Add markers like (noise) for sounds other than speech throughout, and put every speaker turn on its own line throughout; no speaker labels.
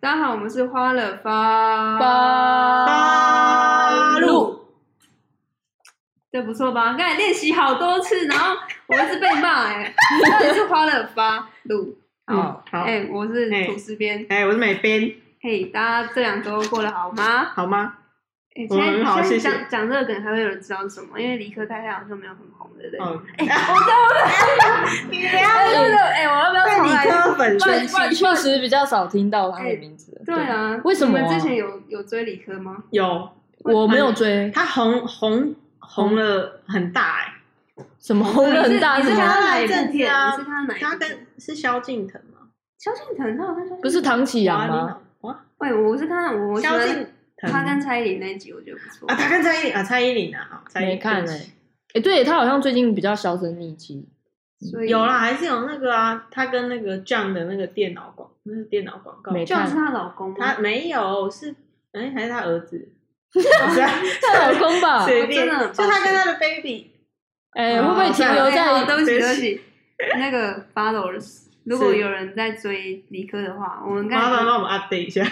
大家好，我们是花了
哦
发嗯
八路，
这不错吧？刚才练习好多次，然后我一直被骂哎、到底是花了发路？
嗯
好，
好
哎、我是
哎
吐司边，
哎、我是美编，
嘿、大家这两周过得好吗？
好吗？
哎、
我
现在
很嗯好
现在
谢谢
讲讲这个梗，还会有人知道是什么？因为理科太太好像没有很红，对不对？ (laughs)
嗯，
你不要，哎、我要不要
在
重
理
来？
科粉
不然
圈
不然
确实比较少听到他的名字。
对，啊，
为什么啊
你们之前有有追理科吗？
有
我没有追
他红红红了
嗯
很大哎、
什么红人大
你是
什
你是看
么，
到哪一
前
部
阵
片？
子啊
你是看到哪一部
他
片？
跟是萧敬腾吗？
萧敬腾，他有跟萧敬腾
不是唐启阳吗？
哇，
喂，我是看到我我喜
萧
欢
敬腾
他跟蔡依林那一集，我觉得不错。
啊，他跟蔡依林啊，蔡依林啊，好蔡依林
没看
对
哎、
不起
欸，哎，对他好像最近比较销声匿
(laughs)
迹。
所以
有啦，，还是有那个啊，他跟那个 John 的那个电脑广，那是电脑广告，
没
这样是她老公吗？哎
他没有是哎、还是他儿
(laughs)
子，好像
她老公吧？
随便，
哦真的很
就他
抱歉
跟他的 baby
(laughs) 哎、会不会停留
哎好
在
对不起，
对
对
不
不
起
起。那个 followers，如果有人在追理科的话，我们刚
麻烦
才
帮我们 update 一下。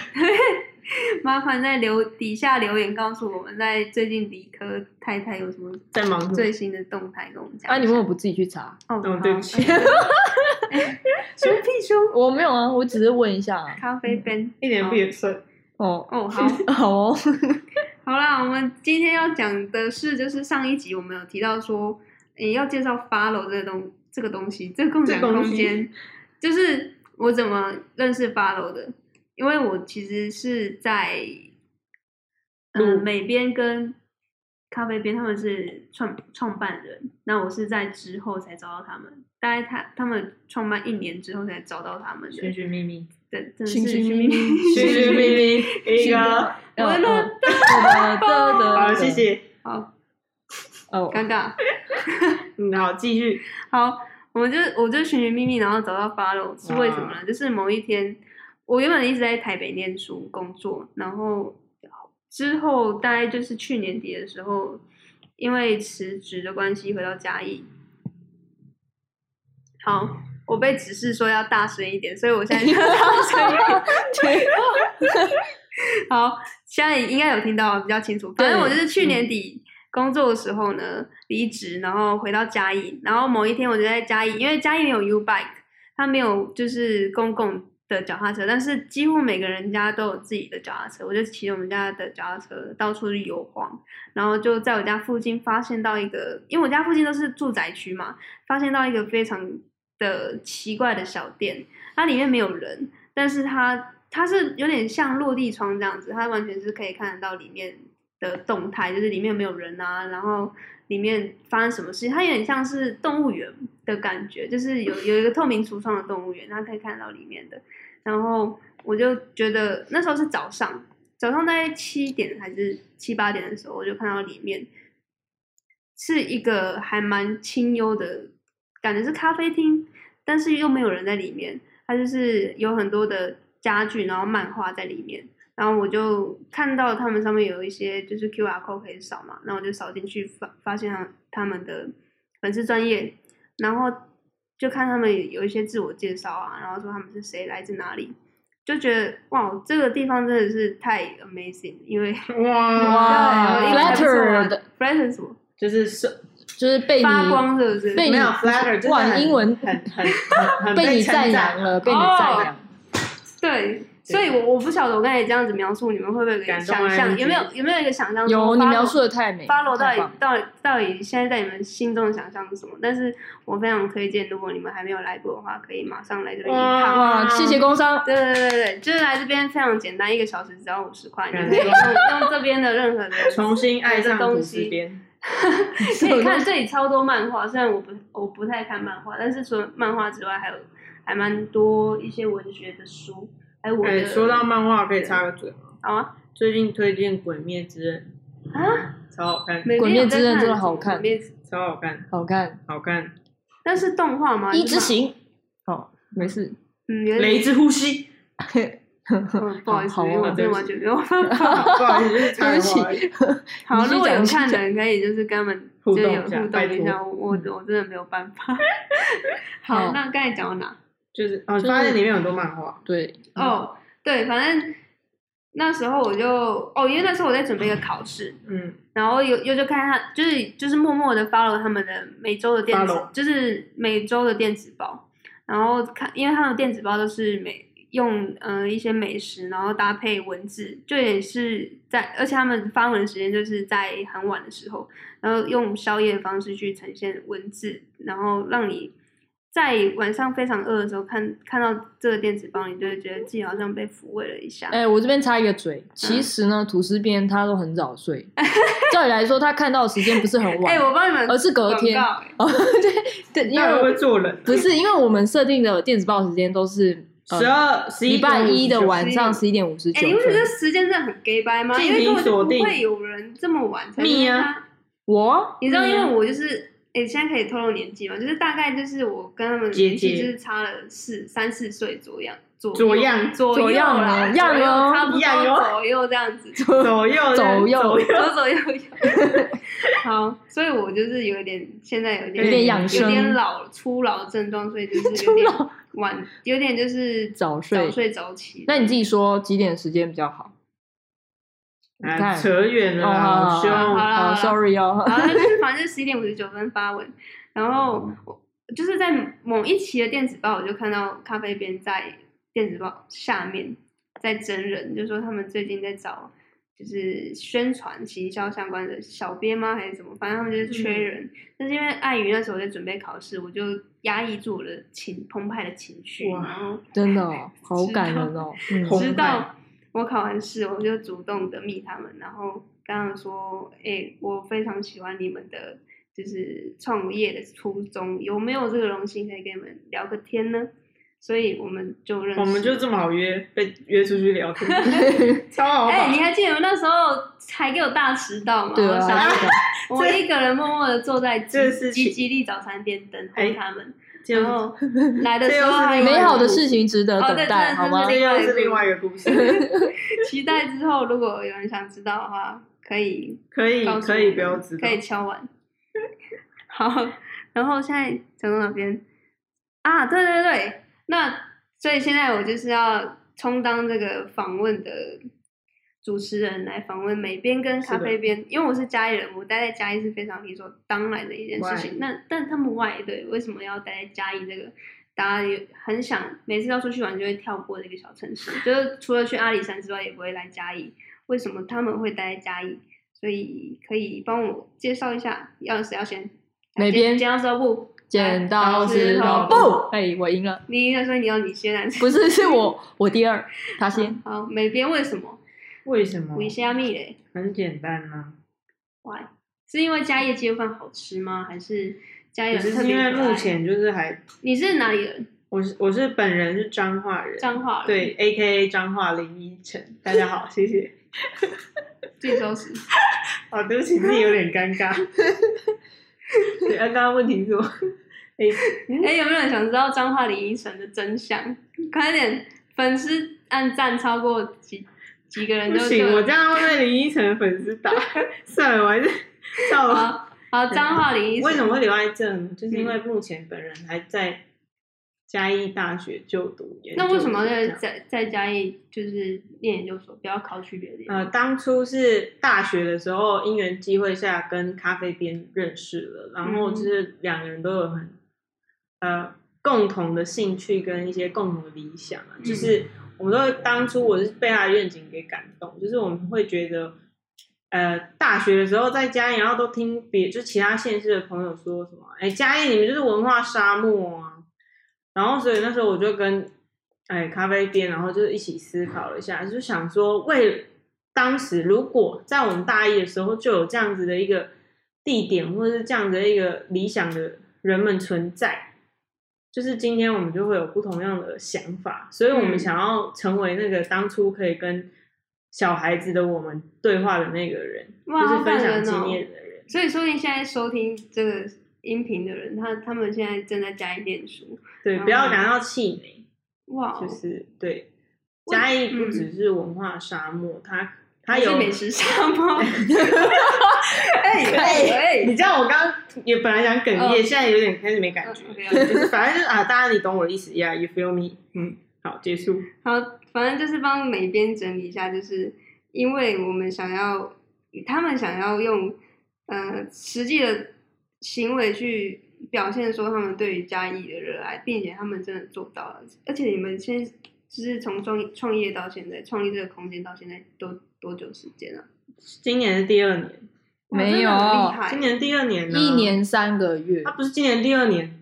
麻烦在留底下留言告诉我们，在最近理科太太有什么
在忙什么
最新的动态跟我们讲一下。
啊？你为什么不自己去查？
哦，
嗯
好哎
对
(laughs)
不起 (laughs)
什么屁书？
我没有啊，我只是问一下、啊。
咖啡杯
一点不也算。
哦 (laughs)
哦，好。
好哦，
好啦，我们今天要讲的是，就是上一集我们有提到说，诶、要介绍 follow 这个东这个东西，这个共享
这东
空
西
间，就是我怎么认识 follow 的，因为我其实是在，嗯、
录
美编跟咖啡边他们是创创办人，那我是在之后才找到他们，大概他他们创办一年之后才找到他们的，
寻觅觅，
对，真的是
寻寻
寻
觅觅
寻寻 (laughs) 觅觅，一个
我的
哦的的
(laughs)
的，
好，谢。谢，
好
哦，
尴尬。
嗯，好，继续，
好，我就我就寻寻觅觅，然后找到 follow 是为什么呢？就是某一天，我原本一直在台北念书工作，然后之后大概就是去年底的时候，因为辞职的关系回到嘉义。好，我被指示说要大声一点，所以我现在就大声一点。 (laughs) 好，现在应该有听到比较清楚。反正我就是去年底工作的时候呢，离职，然后回到嘉义，然后某一天我就在嘉义，因为嘉义没有 U Bike，它没有就是公共的脚踏车，但是几乎每个人家都有自己的脚踏车，我就骑我们家的脚踏车到处去游晃，然后就在我家附近发现到一个，因为我家附近都是住宅区嘛，发现到一个非常的奇怪的小店，它里面没有人，但是它它是有点像落地窗这样子，它完全是可以看得到里面的动态，就是里面有没有人啊，然后里面发生什么事，它有点像是动物园的感觉，就是有有一个透明橱窗的动物园，它可以看得到里面的。然后我就觉得那时候是早上，早上大概七点还是七八点的时候，我就看到里面是一个还蛮清幽的感觉，是咖啡厅，但是又没有人在里面，它就是有很多的家具，然后漫画在里面。然后我就看到他们上面有一些就是 QR code 可以扫嘛，然后我就扫进去发发现他他们的粉丝专业，然后就看他们有一些自我介绍啊，然后说他们是谁，来自哪里，就觉得哇，这个地方真的是太 amazing，因为
哇，
哇，flattered，
啊 flatter 什么
就是是
(laughs) 就是被你
发光是不是？
被你
没有 flatter，就是
哇，
很
英文
很很很很
被你
赞
赞扬了，被你
哦
赞扬。
对，所以我我不晓得我刚才这样子描述，你们会不会有一个
感动
啊
想象？
RNG
有没有有没有一个想象？
有你描述的太美，
follow 到
太
底
棒
到底到底现在在你们心中的想象是什么？但是我非常推荐，如果你们还没有来过的话，可以马上来这边一趟。
哇！谢谢啊工商，
对对对对对，就是来这边非常简单，一个小时只要五十块，你
感
可以
动
用用这边的任何
(laughs)
的
重新爱上
这东
吐司
西
边，
可以看
(laughs)
这里超多漫画，虽然我不我不太看漫画，但是除了漫画之外，还有还蛮多一些文学的书，还有我
哎，
的。
说到漫画可以插个嘴吗，
好啊
最近推荐《鬼灭之刃
啊，》，
超好看，
美
鬼灭
有在
之刃
看
真的好看
鬼灭之
超好看，
好看。
好看，
但是动画吗？
一之
是吗，
行，哦，没事，
嗯，有
雷
点
之呼吸，
嗯不
(laughs)
好意思，
好
因
啊
为我真
对
的
不起
完全没有办法。
不好意思，就是插
对
个
不起
话而已
好，
你去
如果有
讲去
看的
讲
人可以就是跟他们
互
就
动
有
一下
互
拜
动一
托嗯
下，我我我真的没有办法。 (laughs) 好，
好
那刚才讲到哪？
就是哦，
是
发现里面有很多漫画，
(laughs) 对，
哦，对，反正那时候我就哦，因为那时候我在准备一个考试，
嗯，
然后又又就看他，就是就是默默的 follow 他们的每周的电子
Follow，
就是每周的电子报，然后看，因为他们的电子报都是美用呃一些美食，然后搭配文字，就也是在，而且他们发文时间就是在很晚的时候，然后用宵夜的方式去呈现文字，然后让你。在晚上非常饿的时候看看到这个电子报，你就会觉得自己好像被抚慰了一下。
哎、我这边插一个嘴，其实呢，吐司边他都很早 (laughs) 睡，照理来说，他看到的时间不是很晚，
哎、我帮你们
哦而是隔天。
广告哎
哦， (laughs) 对对，因
大
为
家
我
会做人。
不是因为我们设定的电子报时间都是呃
十二、十一
礼拜一的晚上
是
十一点五十
哎、
九
你不觉得这
分。
时间真的很 gay 掰吗？
敬
因为根
请
本就
锁
不
定
会有人这么晚才
密
跟
啊
他。
我
你知道，
密
因
啊
为我就是，哎、现在可以透露年纪嘛，就是大概就是我跟他们
姐
年纪
姐
就是差了四三四岁左右，左
左
右
样
左右
左样
啦，
哦
左
样
右
哦
差不
样
多
哦
左右这样子，
左
(laughs)
右
左右
左右，
左左右右。好，所以我就是有一点，现在有一点
有点养
有点
生
老初老的症状，所以就是有点
(laughs) 初
晚，有点就是
早
早
睡
睡早起。
那你自己说几点时间比较好？你
哎
看
扯远了啦，好
哦，
好
凶。
啦好啦
好，sorry 哦。 (laughs)
然后就是反正十一点五十九分发文，然后我就是在某一期的电子报，我就看到咖啡边在电子报下面在真人，就说他们最近在找就是宣传行销相关的小编吗还是怎么，反正他们就是缺人。但是因为碍于那时候我在准备考试，我就压抑住我的情澎湃的情绪，
哇
然后
真的哦，好感人哦。嗯
澎湃
直到我考完试，我就主动的密他们，然后跟他们说：“哎、我非常喜欢你们的，就是创业的初衷，有没有这个荣幸可以跟你们聊个天呢？”所以我们就 (laughs) 认识，哎
我们就这么好约，被约出去聊天，
(laughs)
超好
哎、
吧
你？还记得那时候还给我大迟到吗？
对
我
啊，
想
(laughs)
是的
我一个人默默的坐在吉
这是
吉
其
吉利早餐店等
哎
候他们，
就
然后来的时候
(laughs) 这又是
还有
另外
美好的
人
事情值得
哦
等
对
待，
真的
好吗
真
这？
的
又是另外一个故
(laughs)
事，
期待之后，如果有人想知道的话，可以
可以
告诉
可以
我
不要
们
知道
可，以敲碗。 (laughs) 好，然后现在讲到哪边啊？对对对，那所以现在我就是要充当这个访问的主持人来访问美边跟咖啡边，因为我是嘉义人，我待在嘉义是非常理所当然的一件事情。那但他们外对为什么要待在嘉义这个？大家也很想每次要出去玩就会跳过这个小城市，就是除了去阿里山之外，也不会来嘉义。为什么他们会待在嘉义？所以可以帮我介绍一下，要谁要先？
哪边
剪刀石头布。
剪刀石头布，哎，我赢了， (laughs)
你应该说你要你先来。啊
不是，是我，我第二，他先。
好，美边为什么？
为什么？
为虾米嘞
很简单啊，
？Why？是因为嘉义的鸡肉饭好吃吗？还是嘉义
只
人哎特
是
别
因为
可爱
目前就是还，
你是哪里人？
我是我是本人是彰化人，
彰化人。，
对，A K A 彰化林依晨，大家好，谢谢。
自己收
(laughs)
拾。
哦，对不起，自己有点
(laughs)
尴尬。对，啊刚刚问题是我，哎、
哎、有没有人想知道彰化林依晨的真相？快点，粉丝按赞超过几几个人
不
就
行，我这
就
样会被林依晨的粉丝打。算了，我
(laughs)
还是算了。 (laughs)
好嗯好彰化林依晨
为什么会留在这呢？就是因为目前本人还在嘉义大学就读研究
那
所
为什么
这
在
样
在在嘉义就是念研究所，不要考去别的地方？
呃，当初是大学的时候，因缘际会下跟咖啡边认识了，然后
嗯
就是两个人都有很呃共同的兴趣跟一些共同的理想啊，
嗯
就是我们都会当初我是被他的愿景给感动，就是我们会觉得。呃，大学的时候在嘉义，然后都听别就其他县市的朋友说什么，哎，嘉义你们就是文化沙漠啊，然后所以那时候我就跟哎咖啡边，然后就一起思考了一下，就想说为当时如果在我们大一的时候就有这样子的一个地点，或者是这样子的一个理想的人们存在，就是今天我们就会有不同样的想法，所以我
嗯
们想要成为那个当初可以跟小孩子的我们对话的那个人，
哇
就是分
好感人哦
享经验的人。
所以说，你现在收听这个音频的人，他他们现在正在家里念书，
对，不要感到气馁。
哇、哦，
就是对
我
嘉义不
嗯
只是文化沙漠，它它
还是
有
美食沙
(laughs)
漠。 (laughs) (laughs) 哎哎
你知道我刚刚也本来想哽咽，
哦
现在有点开始没感觉，
，OK，
就是反正就是啊，大家你懂我的意思呀、yeah,，you feel 嗯 me？嗯，好，结束。
好，反正就是帮美编整理一下，就是因为我们想要，他们想要用呃实际的行为去表现说他们对于嘉义的热爱，并且他们真的做到了。而且你们先就是从创创业到现在，创立这个空间到现在多多久时间了、
今年是第二年，
哇
没
真的
有
很厉害。
今年第二年呢？
一，年三个月
他，不是今年第二年，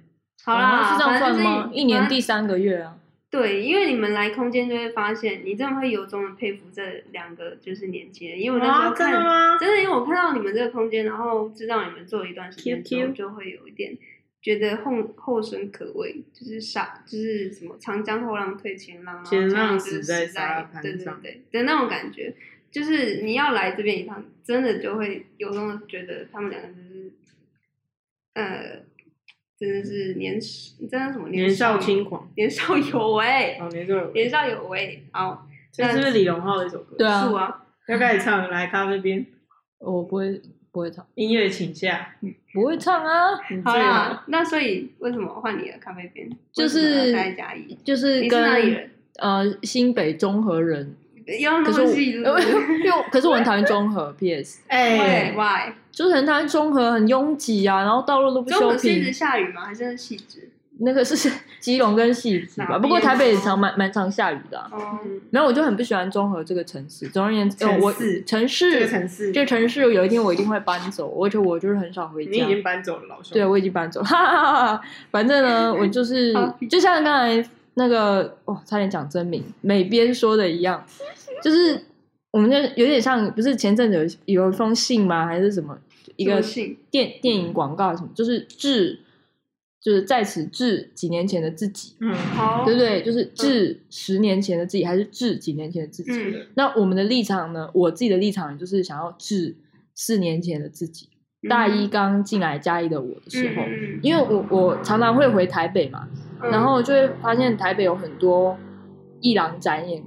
好啦，
哦是这
反
样算
正就是嗯
吗？一年
反正
第三个月啊，
对，因为你们来空间就会发现，你真的会由衷的佩服这两个就是年轻人，因为我那时
啊，
候
真
看，
的吗？
真的因为我看到你们这个空间，然后知道你们做了一段时间之后，
Q Q
就会有一点觉得后后生可畏，就是傻，就是什么长江后浪推前浪，然后
前
这样
浪
就是
死在
死
沙
在
滩
对对
上
对的那种感觉，就是你要来这边一趟，真的就会由衷的觉得他们两个就是，呃，真的是年真的什么
年少轻
轻
狂，
年少有为。
哦，年少有为，
年少有为，好，
这是不是李荣浩的一首歌？
对啊
树啊，
要开始唱，来咖啡边，
我不会不会唱，
音乐请下。
不会唱啊， (laughs)
你
好
最
啦，那所以为什么换你的咖啡边？
就是
在嘉义，
就是
你是哪里
跟
人？
呃新北中
(laughs)
和人，
要那
可是
么
我
细致 (laughs)
(laughs) 又可是我很讨厌中和，P.S. (laughs)
对
哎，
，why？
就是很讨厌中和，很拥挤啊，然后道路都不
中
修
午是一直
平。
下雨吗？还是细致？
那个是 (laughs) 基隆跟汐止
哪
吧，
边
不过台北也常蛮蛮常下雨的啊、
哦，
然后我就很不喜欢中和这个城市。总而言之，呃
城
我
市
城
这个
市
城市，
这城市有一天我一定会搬走，而且我就是很少回
你
家
已。经搬走了，老兄。
对，我已经搬走，哈哈哈哈。 (laughs) 反正呢，我就是
(laughs)
好
就像刚才那个哦，差点讲真名美编说的一
(laughs)
样，就是我们就有点像，不是前阵子有有一封信吗？还是什么一
什
个
么信
电电影广告什么，就是致，就是在此致几年前的自己，
嗯，
好
对，不对？就是致十年前的自己，还是致几年前的自己？
嗯，
那我们的立场呢？我自己的立场就是想要治四年前的自己，大一刚进来嘉义的我的时候，
嗯嗯
因为我我常常会回台北嘛，
嗯
然后就会发现台北有很多艺廊展演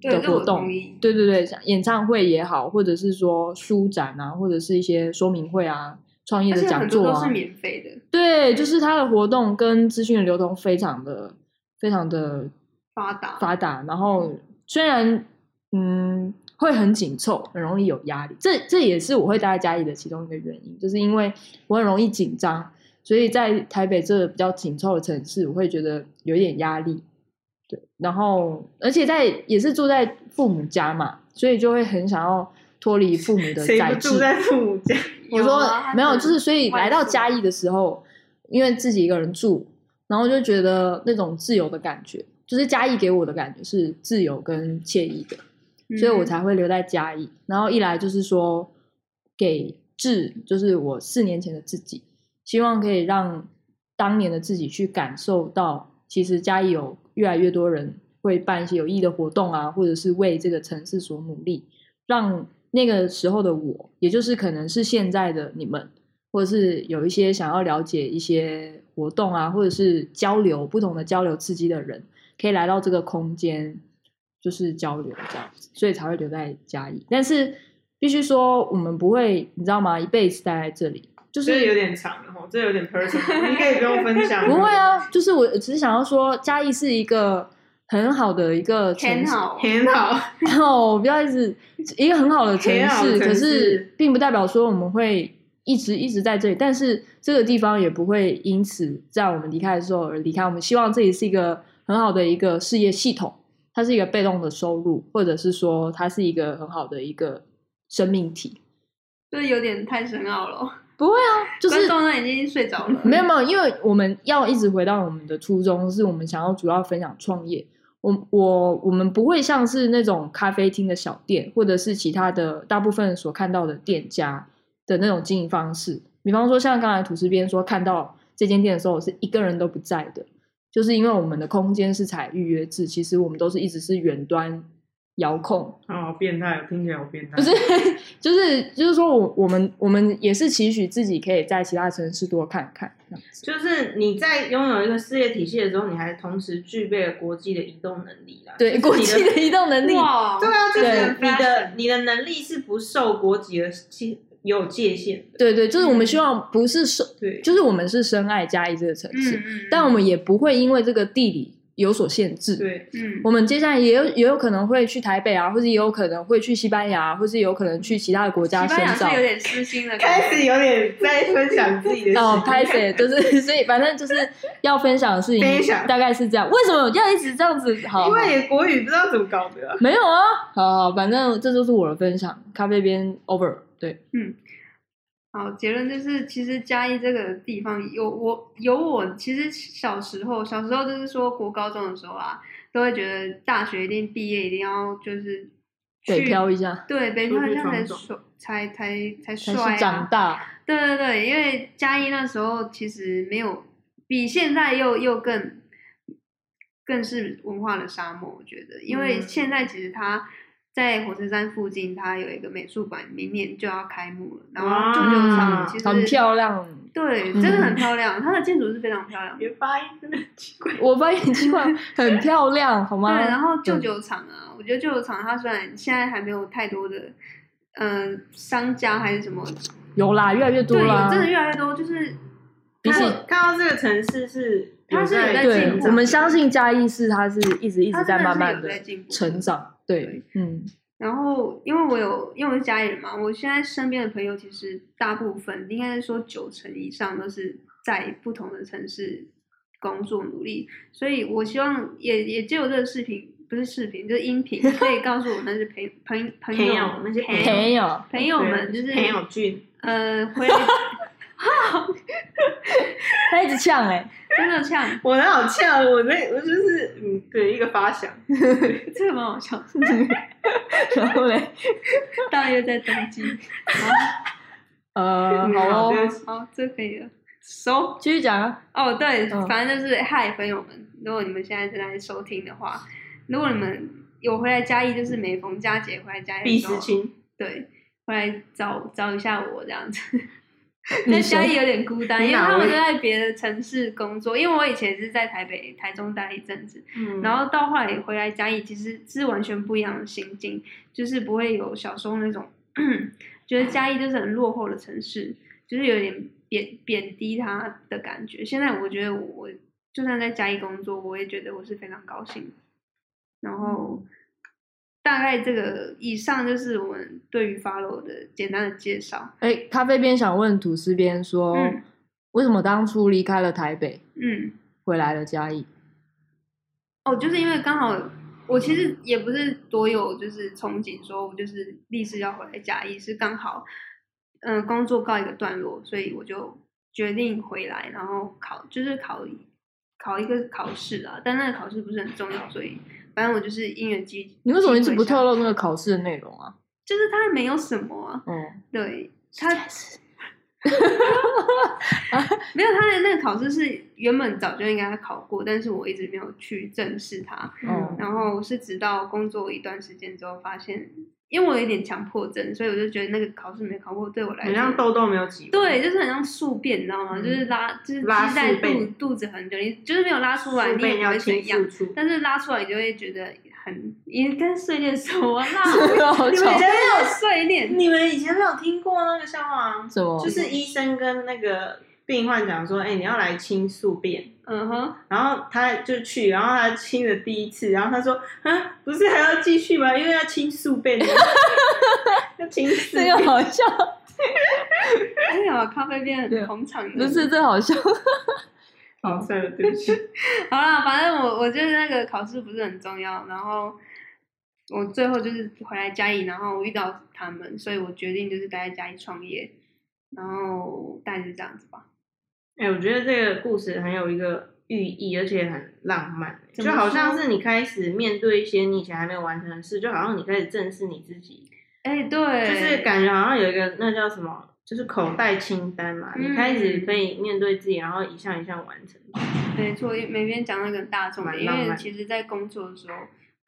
对
的
这
活
我
动
同意，
对对对，像演唱会也好，或者是说书展啊，或者是一些说明会啊。创业
而
的
且
讲
很多
座
都是
啊，
免费的，
对，就是它的活动跟资讯的流通非常的、非常的
发达，
发达，然后虽然嗯会很紧凑，很容易有压力，这这也是我会待在家里的其中一个原因，就是因为我很容易紧张，所以在台北这个比较紧凑的城市，我会觉得有一点压力。对，然后而且在也是住在父母家嘛，所以就会很想要脱离父母的
谁
宰
不
制。
住在父母家？
我
有
说
啊他
没有，
可能
就是所以
外
来到
宿
嘉义的时候，因为自己一个人住，然后就觉得那种自由的感觉，就是嘉义给我的感觉是自由跟惬意的，
嗯
所以我才会留在嘉义。然后一来就是说给志，就是我四年前的自己，希望可以让当年的自己去感受到，其实嘉义有越来越多人会办一些有意义的活动啊，或者是为这个城市所努力，让那个时候的我，也就是可能是现在的你们，或者是有一些想要了解一些活动啊，或者是交流不同的交流刺激的人，可以来到这个空间，就是交流这样子，所以才会留在嘉义。但是必须说，我们不会，你知道吗？一辈子待在这里，就
这
是
有点长哦，这有点 personal，你
(laughs)
可以不用分享。
不会，啊，就是我只是想要说，嘉义是一个很好的一个城
很
市，
好，
很好，
哦，不要一直一个很好的城
很好
市，
的城
可是
市
并不代表说我们会一直一直在这里，但是这个地方也不会因此在我们离开的时候而离开。我们希望这里是一个很好的一个事业系统，它是一个被动的收入，或者是说它是一个很好的一个生命体。
(laughs) 就是有点太深奥了，
不会啊，就是
观众都已经睡着了，
没有没有，因为我们要一直回到我们的初衷，是我们想要主要分享创业。我我我们不会像是那种咖啡厅的小店，或者是其他的大部分所看到的店家的那种经营方式。比方说，像刚才吐司边说看到这间店的时候，是一个人都不在的，就是因为我们的空间是采预约制，其实我们都是一直是远端遥控
啊好变态，听起来好变态。
不是，就是就是说我我们我们也是期许自己可以在其他城市多看看。这样子
就是你在拥有一个事业体系的时候，你还同时具备了国际的移动能力啦。
对国
你
际的移动能力，
哇，
对啊，就
对
是你的你的能力是不受国籍的界有界限的。
对对，就是我
嗯
们希望不是深，
对，
就是我们是深爱嘉义这个城市，
嗯嗯，
但我们也不会因为这个地理有所限制。
对，
嗯，
我们接下来也有也有可能会去台北啊，或是也有可能会去西班牙，啊或是有可能去其他的国家
西班牙
深造哦
是。有点私心的感
开
觉，
始有点在分享自己的事情
哦，拍谁就是 (laughs) 所以反正就是要分享的事情
分，享
大概是这样。为什么要一直这样子？好，好
因为你的国语不知道怎么搞的啊、
没有啊，好好，反正这就是我的分享。咖啡边 over，对，
好，结论就是，其实嘉义这个地方有我有我，其实小时候小时候就是说国高中的时候啊，都会觉得大学一定毕业一定要就是
北
去
漂一下，
对北漂
出去
一下才
闯
帅才才才
才
帅啊，
是长大。
对对对，因为嘉义那时候其实没有比现在又又更更是文化的沙漠，我觉得，因为
嗯
现在其实它在火车站附近，它有一个美术馆，明年就要开幕了，然后旧酒厂
哇
其实
嗯很漂亮。
对，真的很
嗯
漂亮，它的建筑是非常漂亮的。
你的发音真的很奇怪。
我发现
(laughs)
计划很漂亮，好吗？
对，然后旧
嗯
酒厂啊，我觉得旧酒厂它虽然现在还没有太多的，嗯、商家还是什么，
有啦，越来越多
对，
啦
有。真的越来越多，就是
比起
看看到这个城市是
它是有在进
对
步，
我们相信嘉义市，它是一直一
它
直
真的
慢
是
慢
有
的
在进步
成长。对，嗯，
然后，因为我有，因为我是家里人嘛，我现在身边的朋友其实大部分，应该是说九成以上都是在不同的城市工作努力，所以我希望也也借由这个视频，不是视频，就是音频，可以告诉我那些朋朋朋
朋
友
友那些
朋
朋友，
朋友们，就是
很有俊，
呃，回
他一直呛哎、 (laughs)
真的像
我好呛，我那我就是嗯，对一个发想，
这个蛮好笑的， (laughs)
然后嘞，
大约在东京，
呃，好
好
哦，
对不起
嗯好，这可以了，收。
继续讲啊，
哦，对，
嗯
反正就是嗨，朋友们，如果你们现在正在收听的话，如果你们有回来嘉义，就是每逢佳节回来嘉义
毕
的时候
思清，
对，回来找找一下我这
(laughs)
样子。在
你
嘉义
谁？
有点孤单，因
你
为
哪
他们
位
都在别的城市工作。因为我以前是在台北、台中待了一阵子，
嗯
然后到后来回来嘉义，其实是完全不一样的心境，就是不会有小时候那种 (clears throat) 觉得嘉义就是很落后的城市，就是有点贬贬低它的感觉。现在我觉得我就算在嘉义工作，我也觉得我是非常高兴的。然后大概这个以上就是我们对于 follow 的简单的介绍。
哎、咖啡边想问吐司边说，
嗯
为什么当初离开了台北，
嗯。
回来了嘉义？
哦，就是因为刚好我其实也不是多有就是憧憬，说我就是立志要回来嘉义，是刚好嗯、呃工作告一个段落，所以我就决定回来，然后考就是考考一个考试啊，但那个考试不是很重要，所以反正我就是因缘机。
你为什么一直
机会
不
下
透？露那个考试的内容啊？
就是它没有什么啊，
哦、
对他，
(laughs)
没有他的那个考试是原本早就应该考过，但是我一直没有去正视它。
嗯
然后是直到工作一段时间之后，发现因为我有一点强迫症，所以我就觉得那个考试没考过，对我来
很
说
像豆豆没有挤，
对，就是很像宿便，你知道吗？
嗯
就是拉，就是积
拉
在
宿便
肚肚子很久，你就是没有拉出来，
是
你也
被
不
尿
会
清
怎样
付。出。
但是拉出来，你就会觉得很，你跟碎念什么啦？
(laughs) 好
你
吵
们，真的有碎念？
你们以前没有听过啊那个笑话吗？
什么？
就是医生跟那个病患讲说，哎、你要来清宿便。
嗯哼，
然后他就去，然后他清了第一次，然后他说：“啊，不是还要继续吗？因为要清宿便呢， (laughs) 要清宿
这
便。
个好笑，
哎呀，咖啡变
对
很捧场的。
不是这好笑，
好，算了，对不起。
(laughs) 好啦，反正我我觉得那个考试不是很重要，然后我最后就是回来嘉义，然后我遇到他们，所以我决定就是待在嘉义创业，然后大概是这样子吧。
哎、我觉得这个故事很有一个寓意，而且很浪漫，
怎
就
么
好
说
像是你开始面对一些你以前还没有完成的事，就好像你开始正视你自己，
哎、
就
对，
是感觉好像有一个那叫什么，就是口袋清单嘛，
嗯
你开始可以面对自己，然后一项一项完成。
没错，因为每天讲那个大众点，
蛮
因
浪漫
为其实，在工作的时候，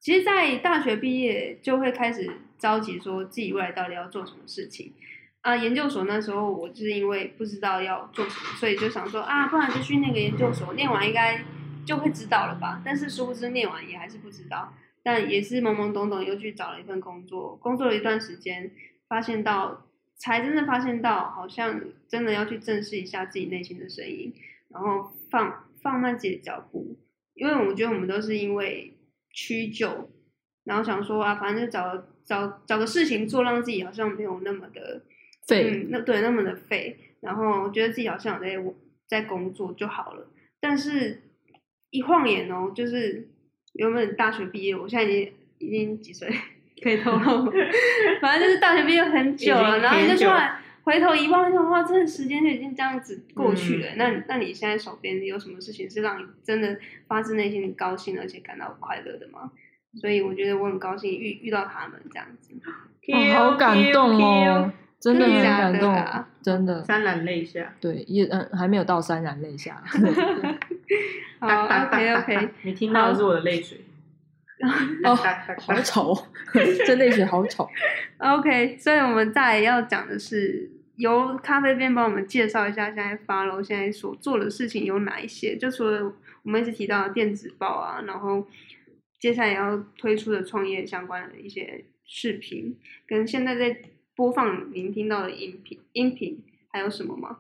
其实，在大学毕业就会开始着急，说自己未来到底要做什么事情。啊、研究所那时候我就是因为不知道要做什么，所以就想说啊，不然就去那个研究所念完应该就会知道了吧。但是殊不知念完也还是不知道，但也是懵懵懂懂又去找了一份工作，工作了一段时间，发现到才真的发现到，好像真的要去正视一下自己内心的声音，然后放放慢自己的脚步，因为我觉得我们都是因为屈就，然后想说啊，反正就找找找个事情做，让自己好像没有那么的
对，
嗯，那对那么的废，然后觉得自己好像有在在工作就好了，但是一晃眼哦，就是原本大学毕业，我现在已经已经几岁 (laughs) 可以透露吗， (laughs) 反正就是大学毕业很久了，
已经
然后你
很
就
久
突然回头一望，想哇，真的时间就已经这样子过去
嗯
了。那你那你现在手边有什么事情是让你真的发自内心的高兴，而且感到快乐的吗？所以我觉得我很高兴遇遇到他们这样子，
哦好感动哦，，真的
真的
很
假
感
的
动
啊，
真的。
潸然泪下，
对，也嗯还没有到潸然泪
(laughs)
下，
好
哒哒哒
，OK
哒
OK，
哒你听到的是我的泪水。
哦
哒哒
好
哒
丑， (laughs) 这泪水好丑。
OK，所以我们再来要讲的是，由咖啡店帮我们介绍一下现在 Follow 现在所做的事情有哪一些？就除了我们一直提到的电子报啊，然后接下来要推出的创业相关的一些视频，跟现在在播放您听到的音频，音频还有什么吗？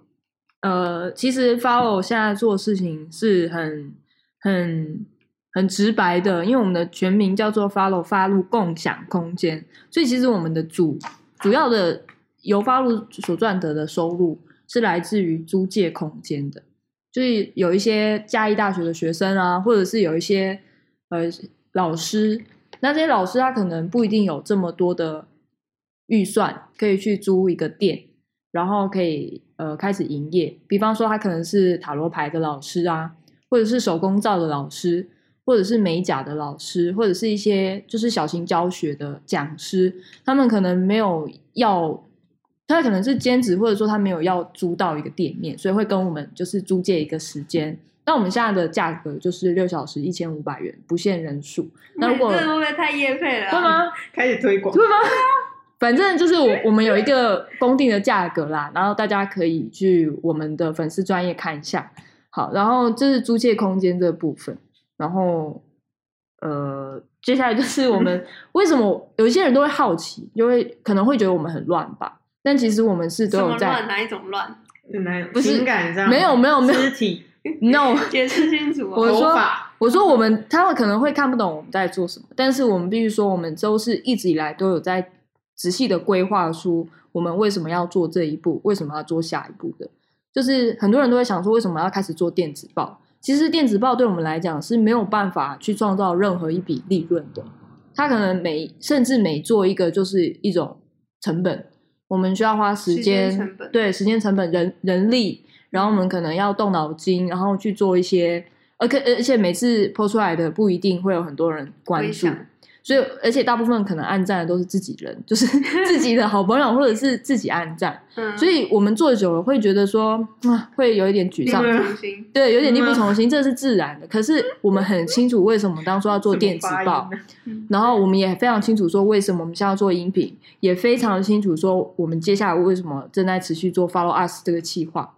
呃，其实 follow 现在做的事情是很很很直白的，因为我们的全名叫做 follow 发入共享空间，所以其实我们的主主要的由发入所赚得的收入是来自于租借空间的，就是有一些嘉义大学的学生啊，或者是有一些呃老师，那这些老师他可能不一定有这么多的预算可以去租一个店，然后可以呃开始营业。比方说，他可能是塔罗牌的老师啊，或者是手工皂的老师，或者是美甲的老师，或者是一些就是小型教学的讲师，他们可能没有要。他可能是兼职，或者说他没有要租到一个店面，所以会跟我们就是租借一个时间。那我们现在的价格就是六小时一千五百元，不限人数。那如果
这会不会太夜配了、啊
会？吗？
(laughs) 开始推广，
会吗？反正就是我我们有一个公定的价格啦，然后大家可以去我们的粉丝专业看一下。好，然后这是租借空间这部分，然后呃，接下来就是我们为什么有一些人都会好奇，就会可能会觉得我们很乱吧，但其实我们是都
什么
有在
乱？哪一种乱？
哪
不是
情感上
没有没有没有
肢体
(laughs) no
解释清楚
我
哦。
头
说
发
我说我们他们可能会看不懂我们在做什么，但是我们必须说，我们都是一直以来都有在仔细的规划出我们为什么要做这一步，为什么要做下一步的。就是很多人都会想说，为什么要开始做电子报？其实电子报对我们来讲是没有办法去创造任何一笔利润的，它可能每甚至每做一个就是一种成本，我们需要花时
时
间
间成本
对时间成本、人人力，然后我们可能要动脑筋，然后去做一些，而且而且每次播出来的不一定会有很多人关
回
注
响，
所以而且大部分可能按赞的都是自己人， (laughs) 就是自己的好朋友或者是自己按赞，
嗯，
所以我们做久了会觉得说，啊，会有一点沮丧
你。们
重新
对，有点力不从心，这是自然的。可是我们很清楚为什么当初要做电子报，然后我们也非常清楚说为什么我们现在要做音频，也非常清楚说我们接下来为什么正在持续做 Follow Us 这个计划。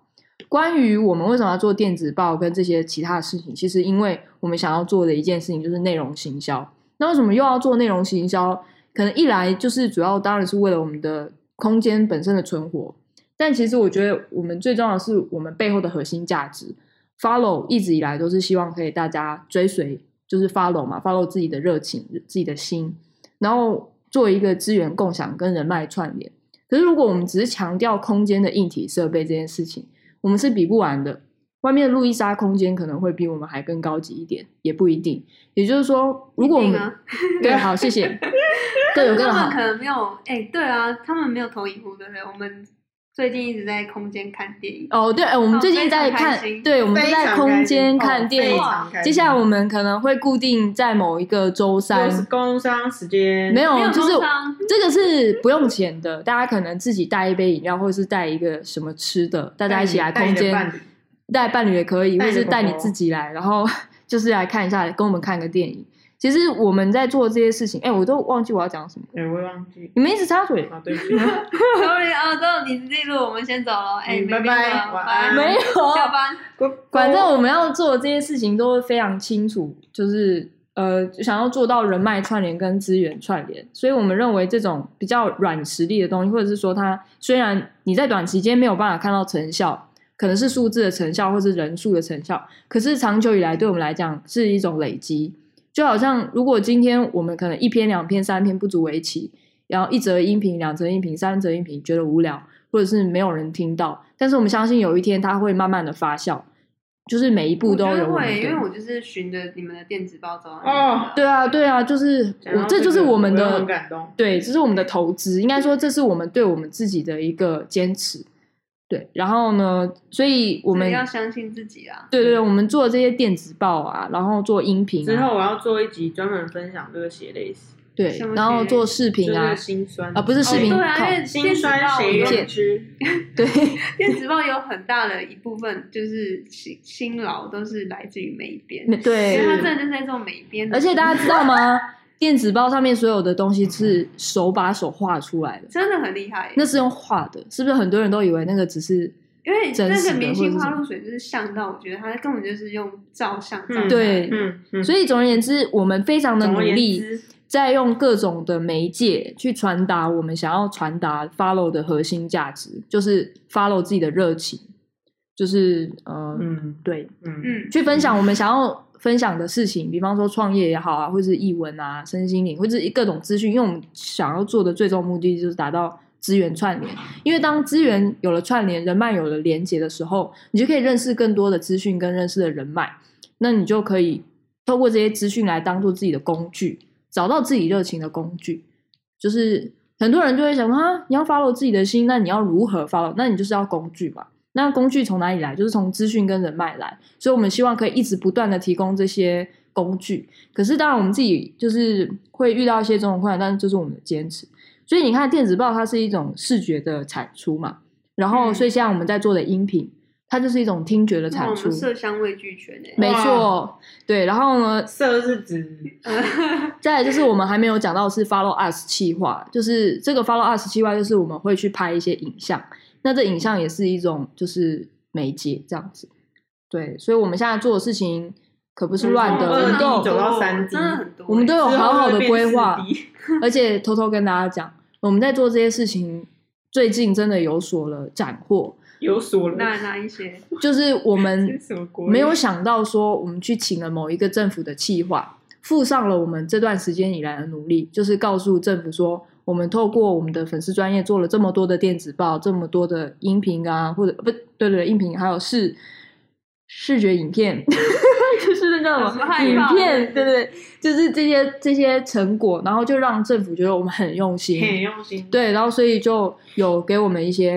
关于我们为什么要做电子报跟这些其他的事情，其实因为我们想要做的一件事情就是内容行销。那为什么又要做内容行销？可能一来就是主要当然是为了我们的空间本身的存活，但其实我觉得我们最重要的是我们背后的核心价值。follow 一直以来都是希望可以大家追随，就是 follow 嘛，follow 自己的热情、自己的心，然后做一个资源共享跟人脉串联。可是如果我们只是强调空间的硬体设备这件事情，我们是比不完的。外面的路易莎空间可能会比我们还更高级一点，也不一定。也就是说，如果我
一
们
定啊
(laughs) 对好，谢谢，各有各的
他
好
们。可能没有，哎、对啊，他们没有投影幕，对不对？我们最近一直在空间看电影，
哦，对，哎我们
哦
最近
非
在
常
看
开，心
对，我
我
们都在空
哦
间看电影
非常。
接下来我们可能会固定在某一个周三，
就是工商时间，
没有
没有，
哦就是
工
(laughs)
商
这个是不用钱的，大家可能自己带一杯饮料，或者是带一个什么吃的，大家一起来
带你
空
的
间
伴侣，
带伴侣也可以，
带
或
你的
是带你
狗狗
自己来，然后 (laughs) 就是来看一下，跟我们看个电影。其实我们在做这些事情，哎，我都忘记我要讲什么，
哎，我也忘记
你们一直插嘴，哦
啊，对不
(laughs)
起，
，sorry 啊，都有你自己录，我们先走了，哎、
嗯
没
拜拜
必要了
晚
拜
安
没有，哦
下班，
反正我们要做的这些事情都非常清楚，就是呃，想要做到人脉串联跟资源串联，所以我们认为这种比较软实力的东西，或者是说它虽然你在短期间没有办法看到成效，可能是数字的成效，或是人数的成效。可是长久以来，对我们来讲是一种累积。就好像如果今天我们可能一篇、两篇、三篇不足为奇，然后一则音频、两则音频、三则音频觉得无聊，或者是没有人听到，但是我们相信有一天它会慢慢的发酵，就是每一步
我
都
觉
有
得
我们
会，因为
的
我就是循着你们的电子报走到
哦
你们的
对啊，对啊，就是
讲
我
到
这就是
个
我们
又
的
很感动。
对，这是我们的投资，应该说这是我们对我们自己的一个坚持。对，然后呢，所以我
所
们
以要相信自己啊。
对对对，我们做这些电子报啊，然后做音频、啊，
之后我要做一集专门分享这个血泪史，
对
什么，
然后
学
做视频
就是
啊，
心酸
啊不是视频
哦、对啊，
靠
因为
心
电子
酸
报
血
有
泪之。
对
电子报有很大的一部分就是辛辛劳都是来自于美编， (laughs) 因为
对，
他真的就是在做美编的
而
事情，
且大家知道吗？电子报上面所有的东西是手把手画出来的，
真的很厉害。
那是用画的，是不是？很多人都以为那个只是
因为
真
那
实
个
的
明
或者
星
是
花
什么
露水就是像到，我觉得他根本就是用照相照
嗯
下来
对
嗯嗯，
所以总而言之，我们非常的
总
努
而言
力，
之
在用各种的媒介去传达我们想要传达 follow 的核心价值，就是 follow 自己的热情，就是呃，
嗯
对，
嗯
嗯，
去分享我们想要分享的事情，比方说创业也好啊，或是译文啊、身心灵，或者是各种资讯，因为我们想要做的最终目的就是达到资源串联。因为当资源有了串联，人脉有了连接的时候，你就可以认识更多的资讯跟认识的人脉，那你就可以透过这些资讯来当做自己的工具，找到自己热情的工具。就是很多人就会想说啊，你要 follow 自己的心，那你要如何 follow？那你就是要工具嘛。那工具从哪里来？就是从资讯跟人脉来，所以我们希望可以一直不断的提供这些工具。可是当然我们自己就是会遇到一些这种困难，但是这是我们的坚持。所以你看电子报它是一种视觉的产出嘛，然
嗯
后
哦
所以像我们在做的音频，它就是一种听觉的
那
产
我
出
们，色香味俱全欸诶、
没
哇
错，对。然后呢，
色是指
再来就是我们还没有讲到的是 follow us 企划，就是这个 follow us 企划，就是我们会去拍一些影像，那这影像也是一种就是媒介这样子。对，所以我们现在做的事情可不是乱的，
哦
嗯
我们都
从二 D
有，
走到
三
三
D，
D
真的很多欸、
我们都有好好的规划
之后会变四 D
而且偷偷跟大家讲，我们在做这些事情，最近真的有所了斩获，
有所了
那那一些，
就是我
这是
们
什么国语
没有想到说，我们去请了某一个政府的企划，附上了我们这段时间以来的努力，就是告诉政府说，我们透过我们的粉丝专业做了这么多的电子报，这么多的音频啊，或者不对对对，音频还有视视觉影片，就是那叫什
很
么
害
影
怕
片，对对，就是这些这些成果，然后就让政府觉得我们很用心，
很用心，
对，然后所以就有给我们一些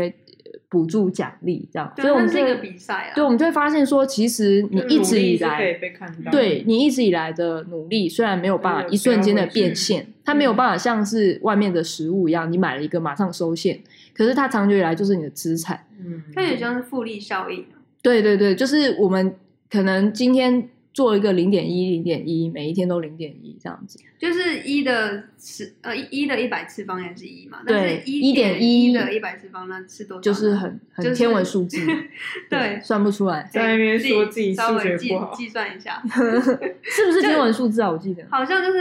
呃补助奖励，这样，
对
所以我
啊，
们
那是一
就
个比赛啊，
对，我们就会发现说，其实你
就
一
努
直
力
以
是可以
来，
被看到，
对你一直以来的努力，虽然没有办
没
法
有
一瞬间的
交回去
变现，它没有
嗯
办法像是外面的食物一样，你买了一个马上收现，可是它长久以来就是你的资产。
嗯，
它也像是复利效应啊，
对对对，就是我们可能今天做一个零点一、零点一，每一天都零点一这样子。
就是一的十呃一一的一百次方也是一嘛，但
对
是一点
1.1
一的一百次方那是多少呢？
就是很
就
很
是
天文数
(laughs)
字，
(laughs)
对
算不出
(laughs)
来，
在那边说自己
稍
数
微
学
计
不好，
计算一下，
是不是天文数字啊？我记得
好像就是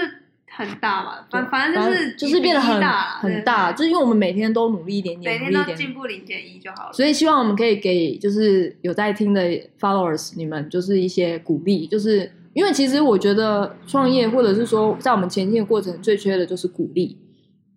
很大吧，反
对
反正就是
就是变得很
1.1大啦
很
对
大，就是因为我们每天都努力一点
每
点，努
天
力一
都
点点
进，步零点一就好了。
所以希望我们可以给就是有在听的 followers 你们就是一些鼓励，就是因为其实我觉得创业或者是说在我们前进的过程最缺的就是鼓励，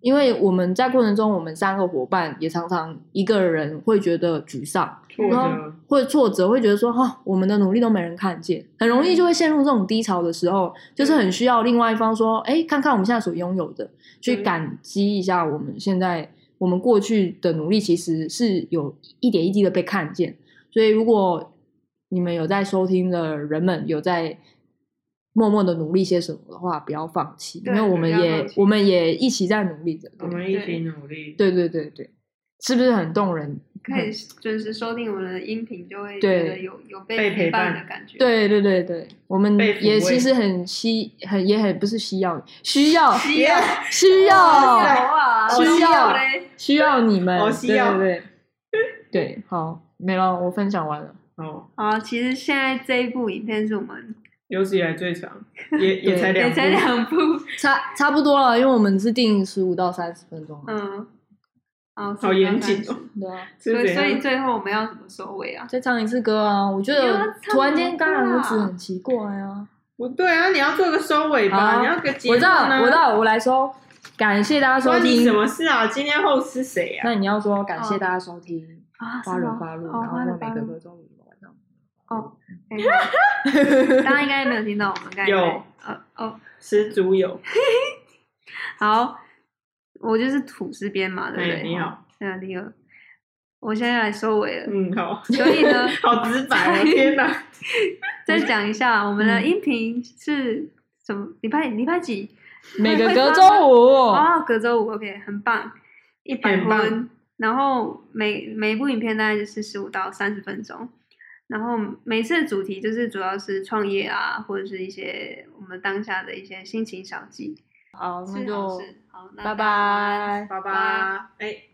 因为我们在过程中我们三个伙伴也常常一个人会觉得沮丧，
挫
然
折
后或者挫折，会觉得说哈、我们的努力都没人看见，很容易就会陷入这种低潮的时候，就是很需要另外一方说，哎，看看我们现在所拥有的，去
嗯
感激一下我们现在我们过去的努力，其实是有一点一滴的被看见。所以，如果你们有在收听的人们有在默默的努力些什么的话，不要放弃，因
对
为我们
不要
也
放弃
我们也一起在努力着。
我
对
们一起努力，
对对对对，是不是很动人？
可以准时收听我们的音频，就会
对
觉得有有被
被陪
伴
伴
的感觉。，
对对对对，我们
被抚
也
慰
其实很需很也很不是需要需要
需要
需要
啊，
需要
需要嘞。
需要你们，
好需
对
要
对对对， (laughs) 好，没了，我分享完了，
哦，
好，其实现在这一部影片是我们
有史以来最
(laughs)
长，也也才两
也
部，
才两部，
差差不多了，因为我们是定十五到三十分钟嘛，
嗯，好，
好严谨
430
哦。
对啊，
是
所以，
怎
所以
样？
最后我们要怎么收尾啊？
再唱一次歌啊！我觉
你要
得
唱
突然间
什么
戛
歌啊
然而止很奇怪啊。
不对啊，你要做个收尾吧，
好
你要个结
我知
论
道，
啊。
我知道，我来说，感谢大家收
关你
听
什。么事啊？今天后吃谁
(laughs)
啊？
那你要说感谢大家收听
啊，
《花
是
人
吗
花路》，
哦
然后
花
我
人
每
八
个
路
歌周五晚上。
哦， (laughs) 大家应该没有听到我们刚才
有
呃哦，
吃猪油，
好，我就是土司边嘛，对不
哎，
对？
你，好，
对啊，你好，我现在来收尾
(laughs)
了，
嗯，好，
所以呢，
好直
(laughs)
白哦，天哪！
再讲一下我们的
嗯
音频是什么？礼拜礼拜几？
每个
会
隔
发
周五，
哦，隔周五，OK，很棒，一
哎
百
很棒
分。然后每每部影片大概就是十五到三十分钟，然后每次的主题就是主要是创业啊，或者是一些我们当下的一些心情小记。
好，那
是好
就
事，好，那大
拜
家晚安
拜。
爸爸，哎。